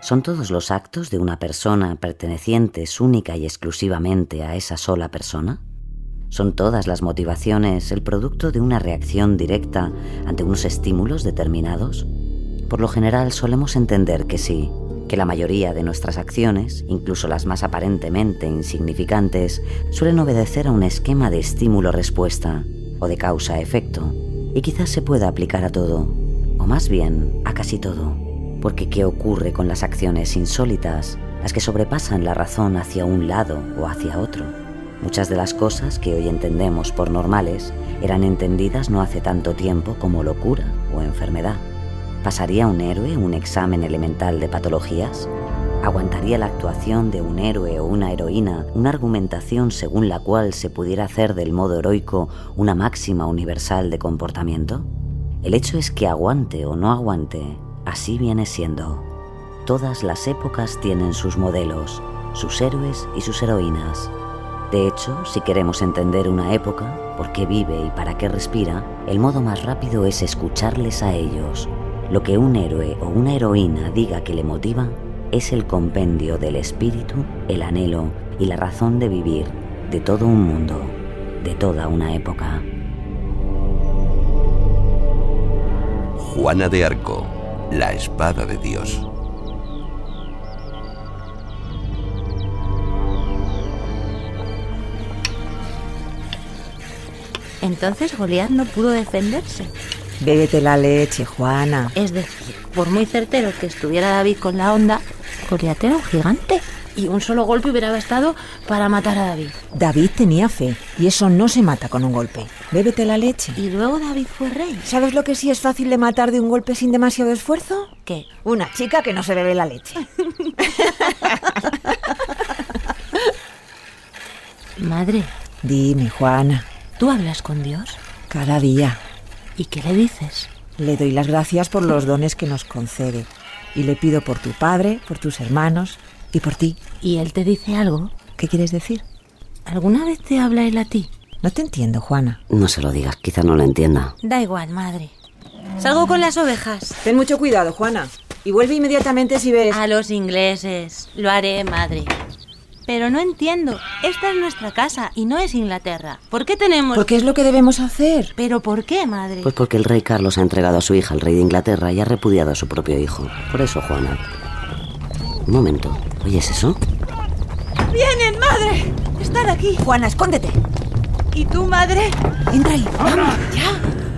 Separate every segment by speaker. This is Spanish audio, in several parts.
Speaker 1: son todos los actos de una persona pertenecientes única y exclusivamente a esa sola persona? ¿Son todas las motivaciones el producto de una reacción directa ante unos estímulos determinados? Por lo general solemos entender que sí, que la mayoría de nuestras acciones, incluso las más aparentemente insignificantes, suelen obedecer a un esquema de estímulo-respuesta o de causa-efecto, y quizás se pueda aplicar a todo, o más bien a casi todo porque ¿qué ocurre con las acciones insólitas, las que sobrepasan la razón hacia un lado o hacia otro? Muchas de las cosas que hoy entendemos por normales eran entendidas no hace tanto tiempo como locura o enfermedad. ¿Pasaría un héroe un examen elemental de patologías? ¿Aguantaría la actuación de un héroe o una heroína una argumentación según la cual se pudiera hacer del modo heroico una máxima universal de comportamiento? El hecho es que aguante o no aguante, Así viene siendo. Todas las épocas tienen sus modelos, sus héroes y sus heroínas. De hecho, si queremos entender una época, por qué vive y para qué respira, el modo más rápido es escucharles a ellos. Lo que un héroe o una heroína diga que le motiva es el compendio del espíritu, el anhelo y la razón de vivir de todo un mundo, de toda una época.
Speaker 2: Juana de Arco la espada de Dios.
Speaker 3: Entonces Goliat no pudo defenderse.
Speaker 4: Bébete la leche, Juana.
Speaker 3: Es decir, por muy certero que estuviera David con la onda, Goliat era un gigante. Y un solo golpe hubiera bastado para matar a David.
Speaker 4: David tenía fe, y eso no se mata con un golpe. Bébete la leche.
Speaker 3: Y luego David fue rey.
Speaker 4: ¿Sabes lo que sí es fácil de matar de un golpe sin demasiado esfuerzo?
Speaker 3: ¿Qué?
Speaker 4: Una chica que no se bebe la leche.
Speaker 3: Madre,
Speaker 4: Dime, Juana,
Speaker 3: ¿tú hablas con Dios?
Speaker 4: cada día
Speaker 3: ¿Y qué le dices?
Speaker 4: le doy las gracias por los dones que nos concede. Y le pido por tu padre, por tus hermanos y por ti.
Speaker 3: ¿Y él te dice algo?
Speaker 4: ¿Qué quieres decir?
Speaker 3: ¿Alguna vez te habla él a ti?
Speaker 4: No te entiendo, Juana.
Speaker 1: No se lo digas, quizá no lo entienda.
Speaker 3: Da igual, madre. Salgo con las ovejas.
Speaker 4: Ten mucho cuidado, Juana. Y vuelve inmediatamente si ves...
Speaker 3: A los ingleses. Lo haré, madre. Pero no entiendo. Esta es nuestra casa y no es Inglaterra. ¿Por qué tenemos...?
Speaker 4: Porque es lo que debemos hacer.
Speaker 3: ¿Pero por qué, madre?
Speaker 1: Pues porque el rey Carlos ha entregado a su hija al rey de Inglaterra y ha repudiado a su propio hijo. Por eso, Juana. Un momento. ¿Oyes eso?
Speaker 3: ¡Vienen, madre! Están aquí.
Speaker 4: Juana, escóndete.
Speaker 3: ¿Y tú, madre?
Speaker 4: Entra ahí.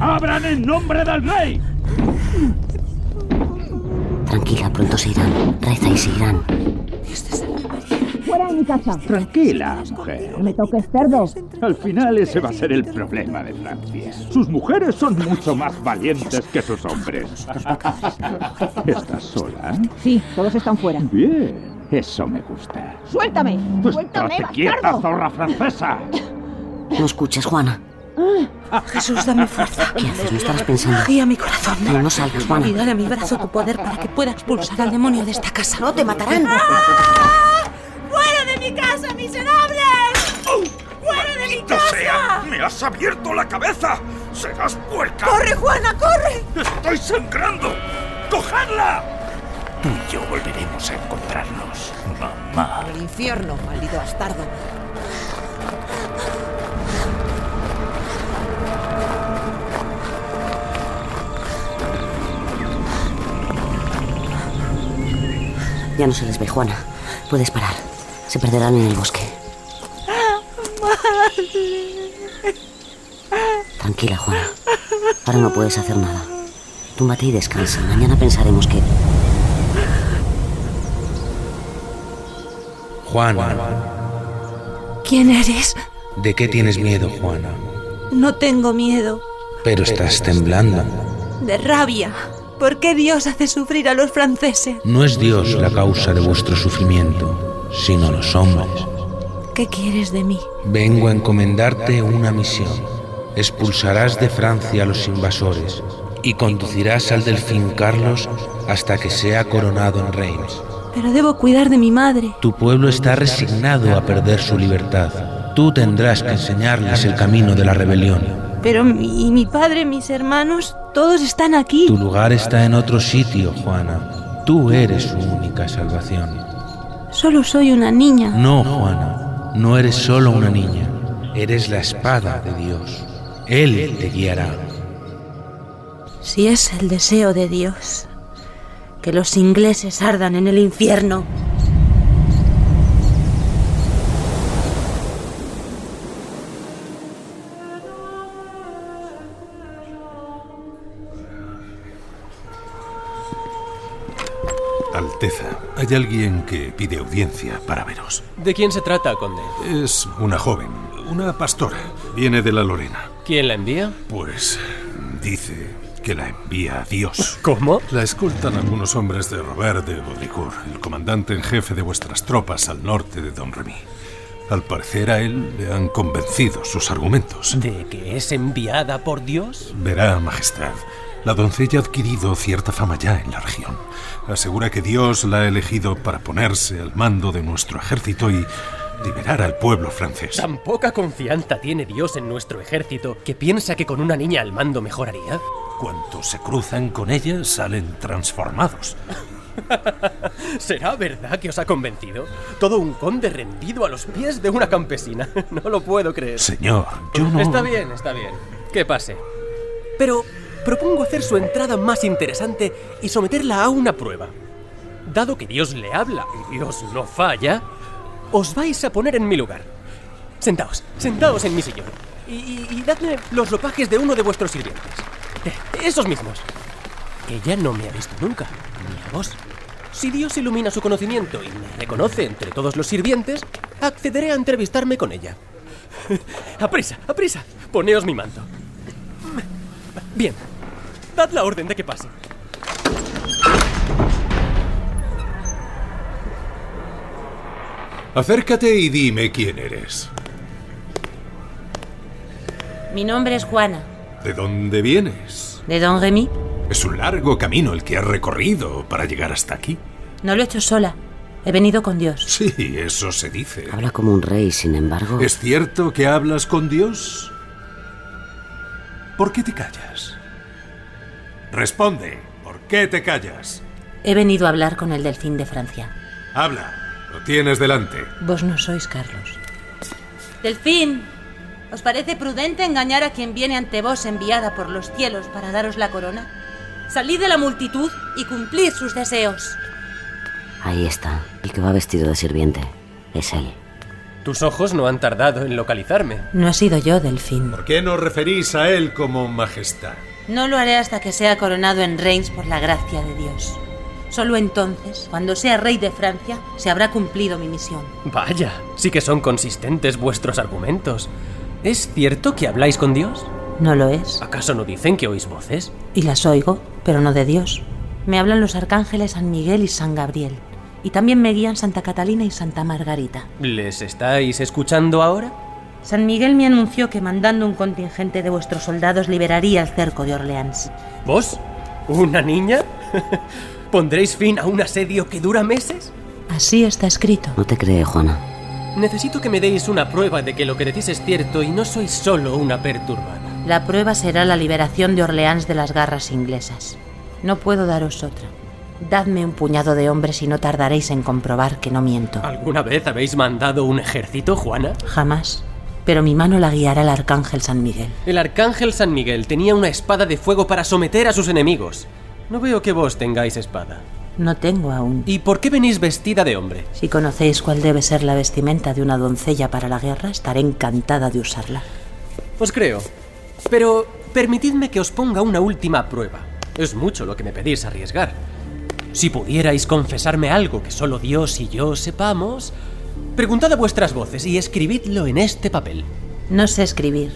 Speaker 5: ¡Abran en nombre del rey!
Speaker 1: Tranquila, pronto se irán. Reza y se irán.
Speaker 6: Fuera de mi casa.
Speaker 5: Tranquila, mujer.
Speaker 6: No me toques cerdo.
Speaker 5: Al final ese va a ser el problema de Francia. Sus mujeres son mucho más valientes que sus hombres. ¿Estás sola?
Speaker 6: Sí, todos están fuera.
Speaker 5: Bien, eso me gusta.
Speaker 6: ¡Suéltame! ¡Suéltame,
Speaker 5: ¡Estate quieta,
Speaker 6: bastardo!
Speaker 5: zorra francesa!
Speaker 1: No escuches, Juana.
Speaker 7: Jesús, dame fuerza.
Speaker 1: ¿Qué haces? No estarás pensando.
Speaker 7: Guía mi corazón.
Speaker 1: No, no salgas, Juana.
Speaker 7: Y dale a mi brazo tu poder para que pueda expulsar al demonio de esta casa. No te matarán.
Speaker 3: ¡Ah! ¡Fuera de mi casa, miserables! ¡Fuera de mi
Speaker 5: sea! ¡Me has abierto la cabeza! ¡Serás puerca!
Speaker 3: Juana, corre!
Speaker 5: ¡Estoy sangrando! ¡Cojadla! Tú y yo volveremos a encontrarnos, mamá.
Speaker 4: Al infierno, maldito bastardo.
Speaker 1: Ya no se les ve, Juana. Puedes parar. Se perderán en el bosque. Tranquila, Juana. Ahora no puedes hacer nada. Túmbate y descansa. Mañana pensaremos que...
Speaker 8: Juana,
Speaker 7: ¿Quién eres?
Speaker 8: ¿de qué tienes miedo, Juana?
Speaker 7: No tengo miedo.
Speaker 8: Pero estás temblando.
Speaker 7: De rabia. ¿Por qué Dios hace sufrir a los franceses?
Speaker 8: No es Dios la causa de vuestro sufrimiento, sino los hombres.
Speaker 7: ¿Qué quieres de mí?
Speaker 8: Vengo a encomendarte una misión. Expulsarás de Francia a los invasores y conducirás al delfín Carlos hasta que sea coronado en Reims.
Speaker 7: Pero debo cuidar de mi madre.
Speaker 8: Tu pueblo está resignado a perder su libertad. Tú tendrás que enseñarles el camino de la rebelión.
Speaker 7: Pero mi, y mi padre, mis hermanos, todos están aquí.
Speaker 8: Tu lugar está en otro sitio, Juana. Tú eres su única salvación.
Speaker 7: Solo soy una niña.
Speaker 8: No, Juana, no eres solo una niña. Eres la espada de Dios. Él te guiará.
Speaker 3: Si es el deseo de Dios, que los ingleses ardan en el infierno.
Speaker 9: Alteza, hay alguien que pide audiencia para veros.
Speaker 10: ¿De quién se trata, conde?
Speaker 9: Es una joven, una pastora. Viene de la Lorena.
Speaker 10: ¿Quién la envía?
Speaker 9: Pues dice que la envía a Dios.
Speaker 10: ¿Cómo?
Speaker 9: La escoltan algunos hombres de Robert de Baudricourt, el comandante en jefe de vuestras tropas al norte de Don Remy. Al parecer a él le han convencido sus argumentos.
Speaker 10: ¿De que es enviada por Dios?
Speaker 9: Verá, Majestad, la doncella ha adquirido cierta fama ya en la región. Asegura que Dios la ha elegido para ponerse al mando de nuestro ejército y liberar al pueblo francés.
Speaker 10: ¿Tan poca confianza tiene Dios en nuestro ejército que piensa que con una niña al mando mejoraría?
Speaker 9: Cuantos se cruzan con ella salen transformados.
Speaker 10: ¿Será verdad que os ha convencido? Todo un conde rendido a los pies de una campesina. No lo puedo creer.
Speaker 9: Señor, yo no...
Speaker 10: Está bien, está bien. Que pase. Pero propongo hacer su entrada más interesante y someterla a una prueba. Dado que Dios le habla y Dios no falla, os vais a poner en mi lugar. Sentaos, sentaos en mi sillón. Y, y- y dadme los ropajes de uno de vuestros sirvientes. Eh, Esos mismos. Ella no me ha visto nunca, ni a vos. Si Dios ilumina su conocimiento y me reconoce entre todos los sirvientes, accederé a entrevistarme con ella. ¡Aprisa, aprisa! Poneos mi manto. Bien, dad la orden de que pase.
Speaker 9: Acércate y dime quién eres.
Speaker 3: Mi nombre es Juana,
Speaker 9: ¿De dónde vienes?
Speaker 3: de Don Remy.
Speaker 9: Es un largo camino el que has recorrido para llegar hasta aquí.
Speaker 3: No lo he hecho sola, he venido con Dios.
Speaker 9: Sí, eso se dice.
Speaker 1: Habla como un rey, sin embargo.
Speaker 9: ¿Es cierto que hablas con Dios? ¿Por qué te callas? Responde, ¿por qué te callas?
Speaker 3: He venido a hablar con el delfín de Francia.
Speaker 9: Habla, lo tienes delante.
Speaker 3: Vos no sois Carlos. Delfín, ¿os parece prudente engañar a quien viene ante vos enviada por los cielos para daros la corona? Salid de la multitud y cumplid sus deseos.
Speaker 1: Ahí está, el que va vestido de sirviente. Es él.
Speaker 10: Tus ojos no han tardado en localizarme.
Speaker 3: No he sido yo, Delfín.
Speaker 9: ¿Por qué no referís a él como majestad?
Speaker 3: No lo haré hasta que sea coronado en Reims por la gracia de Dios. Solo entonces, cuando sea rey de Francia, se habrá cumplido mi misión.
Speaker 10: Vaya, sí que son consistentes vuestros argumentos. ¿Es cierto que habláis con Dios?
Speaker 3: No lo es,
Speaker 10: ¿Acaso no dicen que oís voces?
Speaker 3: y las oigo, pero no de Dios. Me hablan los arcángeles San Miguel y San Gabriel, y también me guían Santa Catalina y Santa Margarita.
Speaker 10: ¿Les estáis escuchando ahora?
Speaker 3: San Miguel me anunció que mandando un contingente de vuestros soldados liberaría el cerco de Orleans.
Speaker 10: ¿Vos? ¿Una niña? ¿Pondréis fin a un asedio que dura meses?
Speaker 3: Así está escrito.
Speaker 1: No te cree, Juana.
Speaker 10: Necesito que me deis una prueba de que lo que decís es cierto y no sois solo una perturbada.
Speaker 3: La prueba será la liberación de Orleans de las garras inglesas. No puedo daros otra. Dadme un puñado de hombres y no tardaréis en comprobar que no miento.
Speaker 10: ¿Alguna vez habéis mandado un ejército, Juana?
Speaker 3: Jamás. Pero mi mano la guiará el arcángel San Miguel.
Speaker 10: El arcángel San Miguel tenía una espada de fuego para someter a sus enemigos. No veo que vos tengáis espada.
Speaker 3: No tengo aún.
Speaker 10: ¿Y por qué venís vestida de hombre?
Speaker 3: Si conocéis cuál debe ser la vestimenta de una doncella para la guerra, estaré encantada de usarla.
Speaker 10: Os creo. Pero permitidme que os ponga una última prueba. Es mucho lo que me pedís arriesgar. Si pudierais confesarme algo que solo Dios y yo sepamos, Preguntad a vuestras voces y escribidlo en este papel.
Speaker 3: No sé escribir,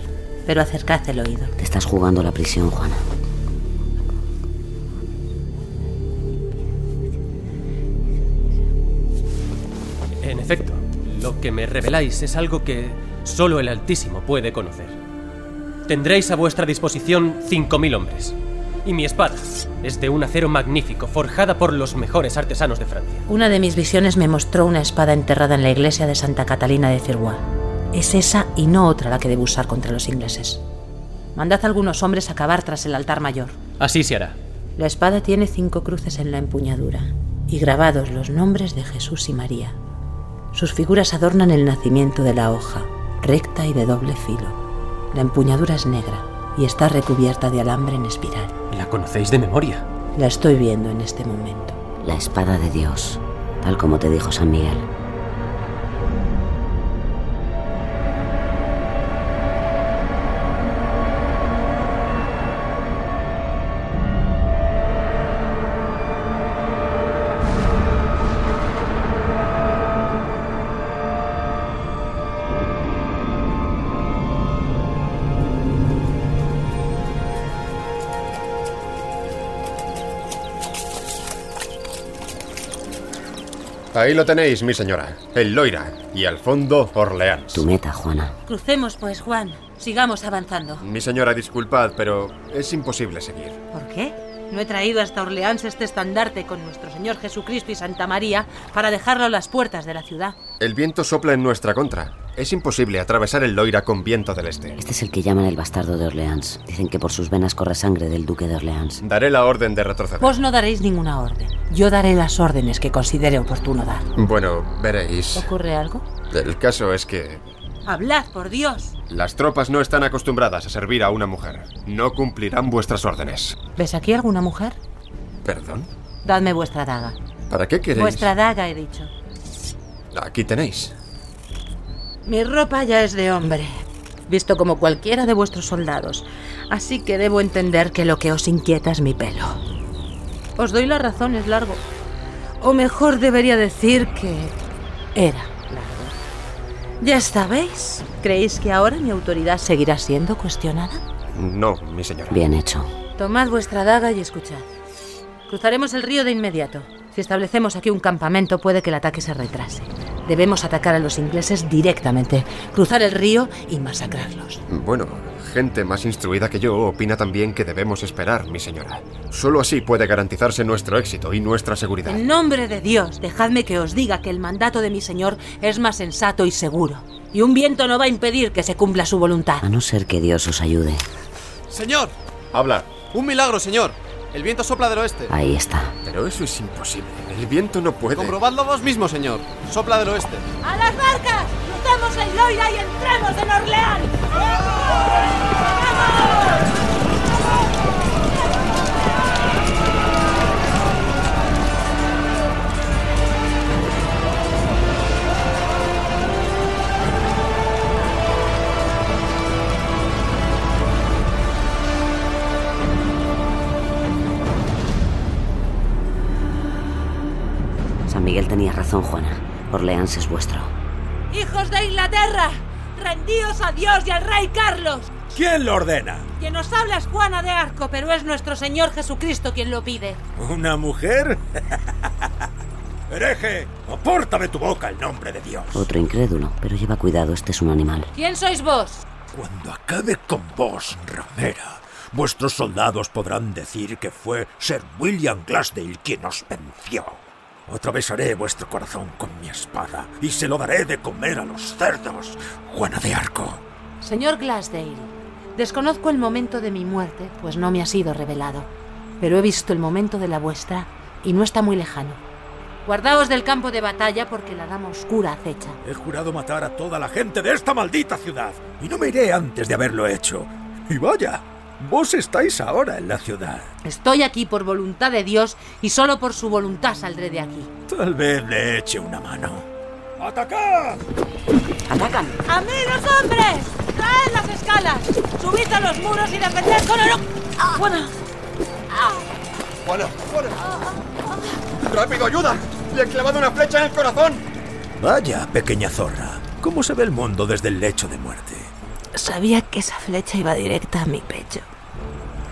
Speaker 3: pero acercad el oído.
Speaker 1: Te estás jugando la prisión, Juana.
Speaker 10: En efecto, lo que me reveláis es algo que solo el Altísimo puede conocer. Tendréis a vuestra disposición 5.000 hombres. Y mi espada es de un acero magnífico, forjada por los mejores artesanos de Francia.
Speaker 3: Una de mis visiones me mostró una espada enterrada en la iglesia de Santa Catalina de Cirwa. Es esa y no otra la que debo usar contra los ingleses. Mandad a algunos hombres a cavar tras el altar mayor.
Speaker 10: Así se hará.
Speaker 3: La espada tiene cinco cruces en la empuñadura y grabados los nombres de Jesús y María. Sus figuras adornan el nacimiento de la hoja, recta y de doble filo. La empuñadura es negra y está recubierta de alambre en espiral.
Speaker 10: La conocéis de memoria.
Speaker 3: La estoy viendo en este momento.
Speaker 1: La espada de Dios, tal como te dijo San Miguel.
Speaker 11: Ahí lo tenéis, mi señora. El Loira. Y al fondo, Orleans.
Speaker 1: Tu meta, Juana.
Speaker 3: Crucemos, pues, Juan. Sigamos avanzando.
Speaker 11: Mi señora, disculpad, pero es imposible seguir.
Speaker 3: ¿Por qué? No he traído hasta Orleans este estandarte con nuestro Señor Jesucristo y Santa María para dejarlo a las puertas de la ciudad.
Speaker 11: El viento sopla en nuestra contra. Es imposible atravesar el Loira con viento del este.
Speaker 1: Este es el que llaman el bastardo de Orleans. Dicen que por sus venas corre sangre del duque de Orleans.
Speaker 11: Daré la orden de retroceder.
Speaker 3: Vos no daréis ninguna orden. Yo daré las órdenes que considere oportuno dar.
Speaker 11: Bueno, veréis.
Speaker 3: ¿Ocurre algo?
Speaker 11: El caso es que
Speaker 3: Hablad, por Dios.
Speaker 11: las tropas no están acostumbradas a servir a una mujer. No cumplirán vuestras órdenes.
Speaker 3: ¿Ves aquí alguna mujer?
Speaker 11: ¿Perdón?
Speaker 3: Dadme vuestra daga.
Speaker 11: ¿Para qué queréis?
Speaker 3: Vuestra daga, he dicho.
Speaker 11: Aquí tenéis.
Speaker 3: Mi ropa ya es de hombre, visto como cualquiera de vuestros soldados, así que debo entender que lo que os inquieta es mi pelo. Os doy la razón, es largo. O mejor debería decir que era largo. Ya sabéis, ¿creéis que ahora mi autoridad seguirá siendo cuestionada?
Speaker 11: No, mi señora.
Speaker 1: Bien hecho.
Speaker 3: Tomad vuestra daga y escuchad. Cruzaremos el río de inmediato. Si establecemos aquí un campamento, puede que el ataque se retrase. Debemos atacar a los ingleses directamente, cruzar el río y masacrarlos.
Speaker 11: Bueno, gente más instruida que yo opina también que debemos esperar, mi señora. Solo así puede garantizarse nuestro éxito y nuestra seguridad.
Speaker 3: En nombre de Dios, dejadme que os diga que el mandato de mi señor es más sensato y seguro. Y un viento no va a impedir que se cumpla su voluntad.
Speaker 1: A no ser que Dios os ayude.
Speaker 12: Señor,
Speaker 11: Habla.
Speaker 12: un milagro, señor. El viento sopla del oeste.
Speaker 1: Ahí está.
Speaker 11: Pero eso es imposible. El viento no puede.
Speaker 12: Comprobadlo vos mismo, señor. Sopla del oeste.
Speaker 3: ¡A las barcas! ¡Cruzamos el Loira y entramos en Orleans!
Speaker 1: San Miguel tenía razón, Juana. Orleans es vuestro.
Speaker 3: ¡Hijos de Inglaterra! ¡Rendíos a Dios y al rey Carlos!
Speaker 5: ¿Quién lo ordena?
Speaker 3: Quien nos habla es Juana de Arco, pero es nuestro Señor Jesucristo quien lo pide.
Speaker 5: ¿Una mujer? ¡Hereje! ¡Apórtame tu boca el nombre de Dios!
Speaker 1: Otro incrédulo, pero lleva cuidado, este es un animal.
Speaker 3: ¿Quién sois vos?
Speaker 5: Cuando acabe con vos, ramera, vuestros soldados podrán decir que fue Sir William Glasdale quien os venció. Atravesaré vuestro corazón con mi espada y se lo daré de comer a los cerdos. Juana de Arco.
Speaker 3: Señor Glasdale, desconozco el momento de mi muerte, pues no me ha sido revelado. Pero he visto el momento de la vuestra y no está muy lejano. Guardaos del campo de batalla porque la dama oscura acecha.
Speaker 5: He jurado matar a toda la gente de esta maldita ciudad y no me iré antes de haberlo hecho. Y vaya, vos estáis ahora en la ciudad.
Speaker 3: Estoy aquí por voluntad de Dios y solo por su voluntad saldré de aquí.
Speaker 5: Tal vez le eche una mano.
Speaker 12: ¡Atacad!
Speaker 1: ¡Atacan!
Speaker 3: ¡A mí los hombres! ¡Traed las escalas! ¡Subid a los muros y defended con honor! Juana,
Speaker 12: ¡Juana! ¡Juana! ¡Rápido, ayuda! ¡Le he clavado una flecha en el corazón!
Speaker 13: Vaya, pequeña zorra, ¿cómo se ve el mundo desde el lecho de muerte?
Speaker 3: Sabía que esa flecha iba directa a mi pecho.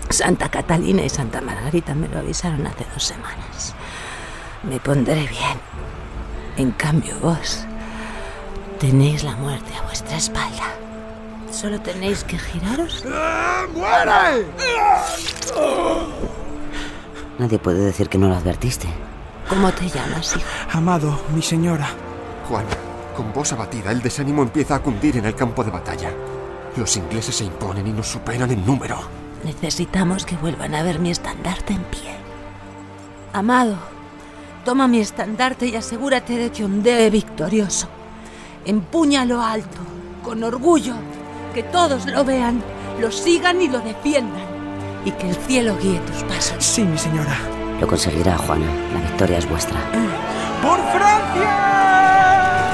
Speaker 3: Santa Catalina y Santa Margarita me lo avisaron hace dos semanas. Me pondré bien. En cambio, vos tenéis la muerte a vuestra espalda. Solo tenéis que giraros.
Speaker 14: ¡Muere!
Speaker 1: Nadie puede decir que no lo advertiste.
Speaker 3: ¿Cómo te llamas, hijo?
Speaker 11: Amado, mi señora. Juan, con voz abatida, el desánimo empieza a cundir en el campo de batalla. Los ingleses se imponen y nos superan en número.
Speaker 3: Necesitamos que vuelvan a ver mi estandarte en pie. Amado, toma mi estandarte y asegúrate de que ondee victorioso. Empúñalo alto, con orgullo, que todos lo vean, lo sigan y lo defiendan. Y que el cielo guíe tus pasos.
Speaker 14: Sí, mi señora.
Speaker 1: Lo conseguirá, Juana. La victoria es vuestra.
Speaker 14: ¡Por Francia!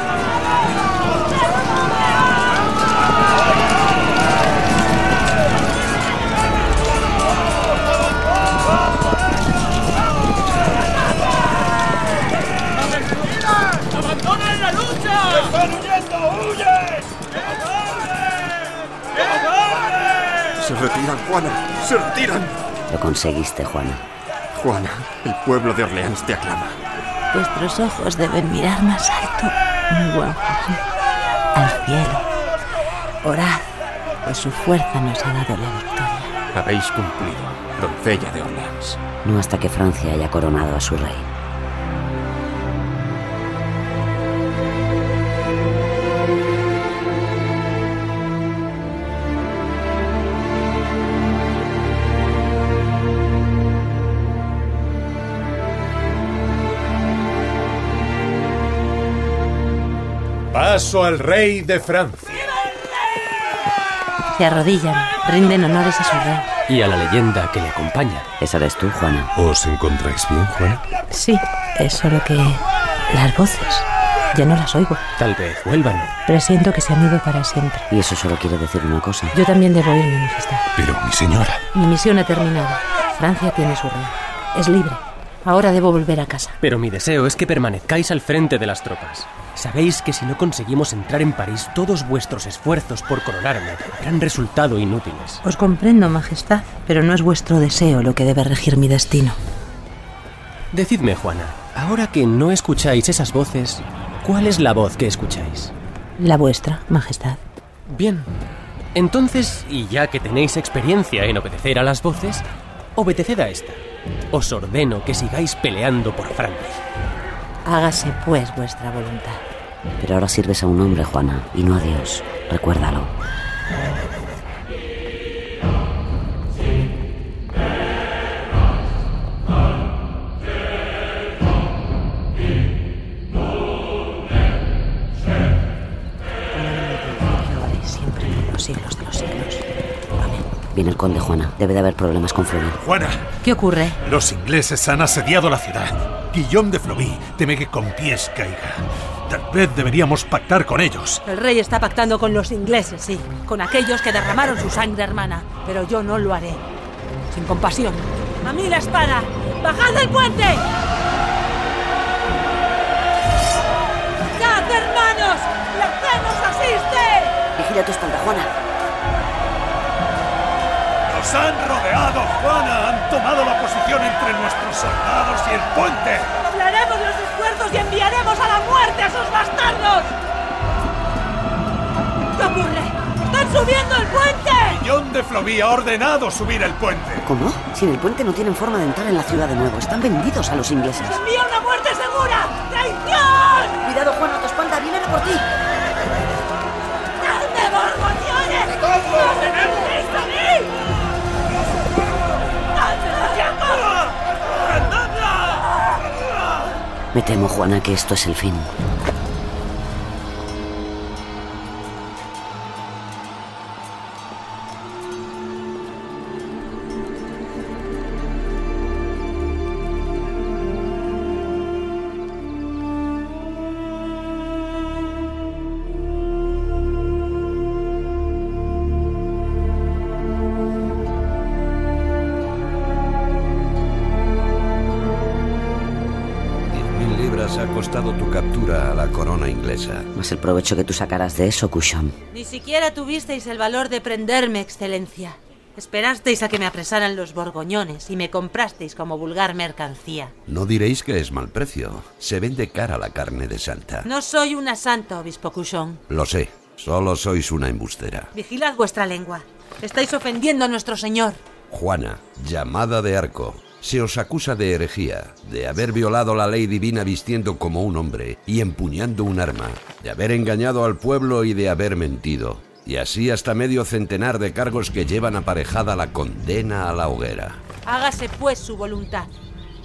Speaker 4: ¡Abandonen la lucha! ¡Están huyendo! ¡Huyen!
Speaker 11: Se retiran, Juana. Se retiran.
Speaker 1: Lo conseguiste, Juana.
Speaker 11: Juana, el pueblo de Orleans te aclama.
Speaker 3: Vuestros ojos deben mirar más alto, mi buen Juan, al cielo. Orad, pues su fuerza nos ha dado la victoria.
Speaker 11: Habéis cumplido, doncella de Orleans.
Speaker 1: No hasta que Francia haya coronado a su rey.
Speaker 5: Paso al rey de Francia.
Speaker 3: Se arrodillan, rinden honores a su rey.
Speaker 10: Y a la leyenda que le acompaña.
Speaker 1: Esa eres tú, Juana.
Speaker 9: ¿Os encontráis bien, Juana?
Speaker 3: Sí, es solo que las voces ya no las oigo.
Speaker 10: Tal vez vuelvan.
Speaker 15: Presiento que se han ido para siempre.
Speaker 1: Y eso solo quiere decir una cosa.
Speaker 15: Yo también debo irme, majestad.
Speaker 9: Pero, mi señora.
Speaker 15: Mi misión ha terminado. Francia tiene su rey. Es libre. Ahora debo volver a casa.
Speaker 10: Pero mi deseo es que permanezcáis al frente de las tropas. Sabéis que si no conseguimos entrar en París, todos vuestros esfuerzos por coronarme habrán resultado inútiles.
Speaker 15: Os comprendo, Majestad,
Speaker 10: pero
Speaker 15: no es vuestro deseo lo que debe regir mi destino.
Speaker 10: Decidme, Juana, ahora que no escucháis esas voces, ¿cuál es la voz que escucháis?
Speaker 15: La vuestra, Majestad.
Speaker 10: Bien. Entonces, y ya que tenéis experiencia en obedecer a las voces, obedeced a esta. Os ordeno que sigáis peleando por Francia.
Speaker 1: Hágase,
Speaker 3: Pues vuestra voluntad.
Speaker 1: Pero ahora sirves a un hombre, Juana, y no a Dios. Recuérdalo.
Speaker 3: Siempre por los siglos de los siglos.
Speaker 1: Viene el conde, Juana. Debe de haber problemas con Fleury.
Speaker 9: Juana,
Speaker 3: ¿Qué ocurre?
Speaker 9: los ingleses han asediado la ciudad. Guillaume de Flobis teme que con pies caiga. Tal vez deberíamos pactar con ellos.
Speaker 16: El rey está pactando con los ingleses, sí, con aquellos que derramaron su sangre hermana, pero yo no lo haré. Sin compasión. ¡A mí la espada! ¡Bajad del puente! ¡Ya, hermanos! ¡La fe nos asiste!
Speaker 1: Vigila tu espalda, Juana.
Speaker 5: ¡Nos han rodeado, Juana! ¡Han tomado la posición entre nuestros soldados y el puente!
Speaker 4: ¡Doblaremos los esfuerzos y enviaremos a la muerte a esos bastardos! ¿Qué ocurre? ¡Están subiendo el puente!
Speaker 5: John de Flobí ha ordenado subir el puente.
Speaker 1: ¿Cómo? Sin el puente no tienen forma de entrar en la ciudad de nuevo. Están vendidos a los ingleses.
Speaker 4: ¡Envía una muerte segura! ¡Traición!
Speaker 1: Cuidado, Juan, a tu espalda, vienen por ti.
Speaker 4: ¡Grande, borgoñones! ¡No tenemos que salir! ¡Dadnos ya todo!
Speaker 1: Me temo, Juana, que esto es el fin.
Speaker 2: Mil libras ha costado. costado tu captura a la corona inglesa.
Speaker 1: Más el provecho que tú sacarás de eso, Cusham.
Speaker 3: Ni siquiera tuvisteis el valor de prenderme, Excelencia. Esperasteis a que me apresaran los borgoñones y me comprasteis como vulgar mercancía.
Speaker 2: No diréis que es mal precio. Se vende cara la carne de santa.
Speaker 3: No soy una santa, obispo Cushon.
Speaker 2: Lo sé, solo sois una embustera.
Speaker 3: Vigilad vuestra lengua. Estáis ofendiendo a nuestro señor.
Speaker 2: Juana, llamada de arco. Se os acusa de herejía, de haber violado la ley divina vistiendo como un hombre y empuñando un arma, de haber engañado al pueblo y de haber mentido. Y así hasta medio centenar de cargos que llevan aparejada la condena a la hoguera.
Speaker 3: Hágase pues su voluntad.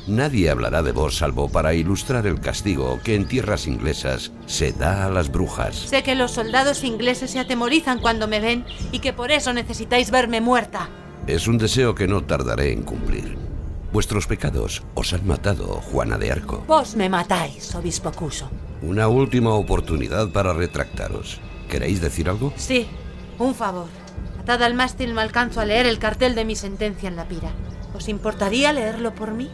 Speaker 2: Nadie hablará de vos salvo para ilustrar el castigo que en tierras inglesas se da a las brujas.
Speaker 3: Sé que los soldados ingleses se atemorizan cuando me ven y que por eso necesitáis verme muerta.
Speaker 2: Es un deseo que no tardaré en cumplir. Vuestros pecados os han matado, Juana de Arco.
Speaker 3: Vos me matáis, obispo Cuso.
Speaker 2: Una última oportunidad para retractaros. ¿Queréis decir algo?
Speaker 3: Sí, un favor. Atada al mástil no alcanzo a leer el cartel de mi sentencia en la pira. ¿Os importaría leerlo por mí?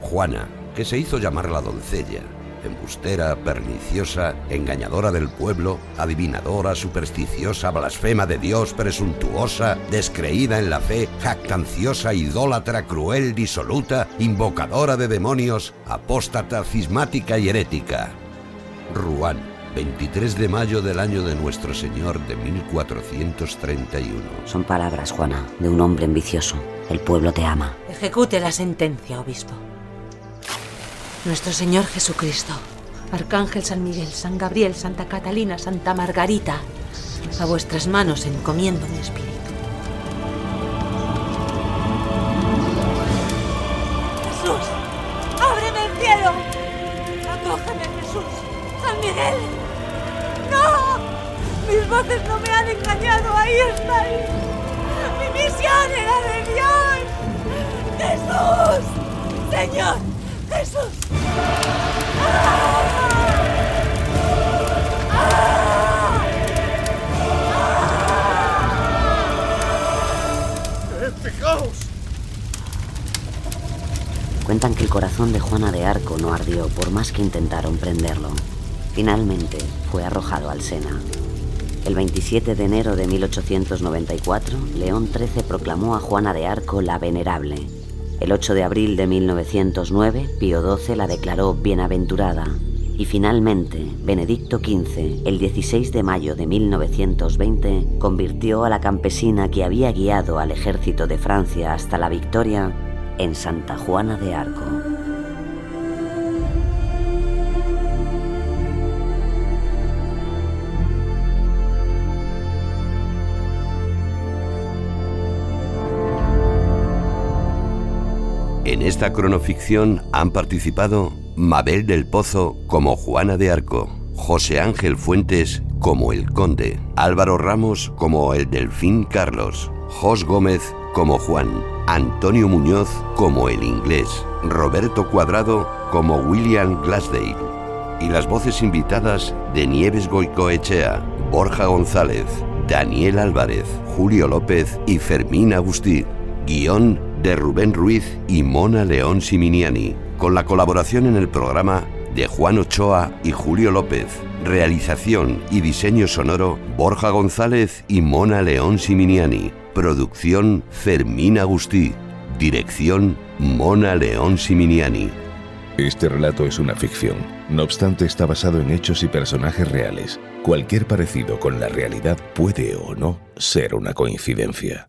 Speaker 2: Juana, que se hizo llamar la doncella, embustera, perniciosa, engañadora del pueblo, adivinadora, supersticiosa, blasfema de Dios, presuntuosa, descreída en la fe, jactanciosa, idólatra, cruel, disoluta, invocadora de demonios, apóstata, cismática y herética. Ruán, 23 de mayo del año de nuestro Señor de 1431.
Speaker 1: Son palabras, Juana, de un hombre ambicioso. El pueblo te ama.
Speaker 3: Ejecute la sentencia, obispo. Nuestro Señor Jesucristo, Arcángel San Miguel, San Gabriel, Santa Catalina, Santa Margarita, a vuestras manos encomiendo mi espíritu.
Speaker 4: ¡Jesús! ¡Ábreme el cielo! ¡Acógeme, Jesús! ¡San Miguel! ¡No! ¡Mis voces no me han engañado! ¡Ahí estáis! ¡Mi misión era de Dios! ¡Jesús! ¡Señor! ¡Jesús!
Speaker 12: ¡Eh, fijaos!
Speaker 1: Cuentan que el corazón de Juana de Arco no ardió por más que intentaron prenderlo. Finalmente fue arrojado al Sena. El 27 de enero de 1894, León XIII proclamó a Juana de Arco la Venerable. El 8 de abril de 1909, Pío XII la declaró Bienaventurada. Y finalmente, Benedicto XV, el 16 de mayo de 1920, convirtió a la campesina que había guiado al ejército de Francia hasta la victoria en Santa Juana de Arco.
Speaker 2: En esta cronoficción han participado Mabel del Pozo como Juana de Arco, José Ángel Fuentes como el Conde, Álvaro Ramos como el Delfín Carlos, Jos Gómez como Juan, Antonio Muñoz como el inglés, Roberto Cuadrado como William Glasdale y las voces invitadas de Nieves Goicoechea, Borja González, Daniel Álvarez, Julio López y Fermín Agustí. Guión de Rubén Ruiz y Mona León Siminiani, con la colaboración en el programa de Juan Ochoa y Julio López. Realización y diseño sonoro Borja González y Mona León Siminiani. Producción Fermín Agustí. Dirección Mona León Siminiani.
Speaker 17: Este relato es una ficción, no obstante está basado en hechos y personajes reales. Cualquier parecido con la realidad puede o no ser una coincidencia.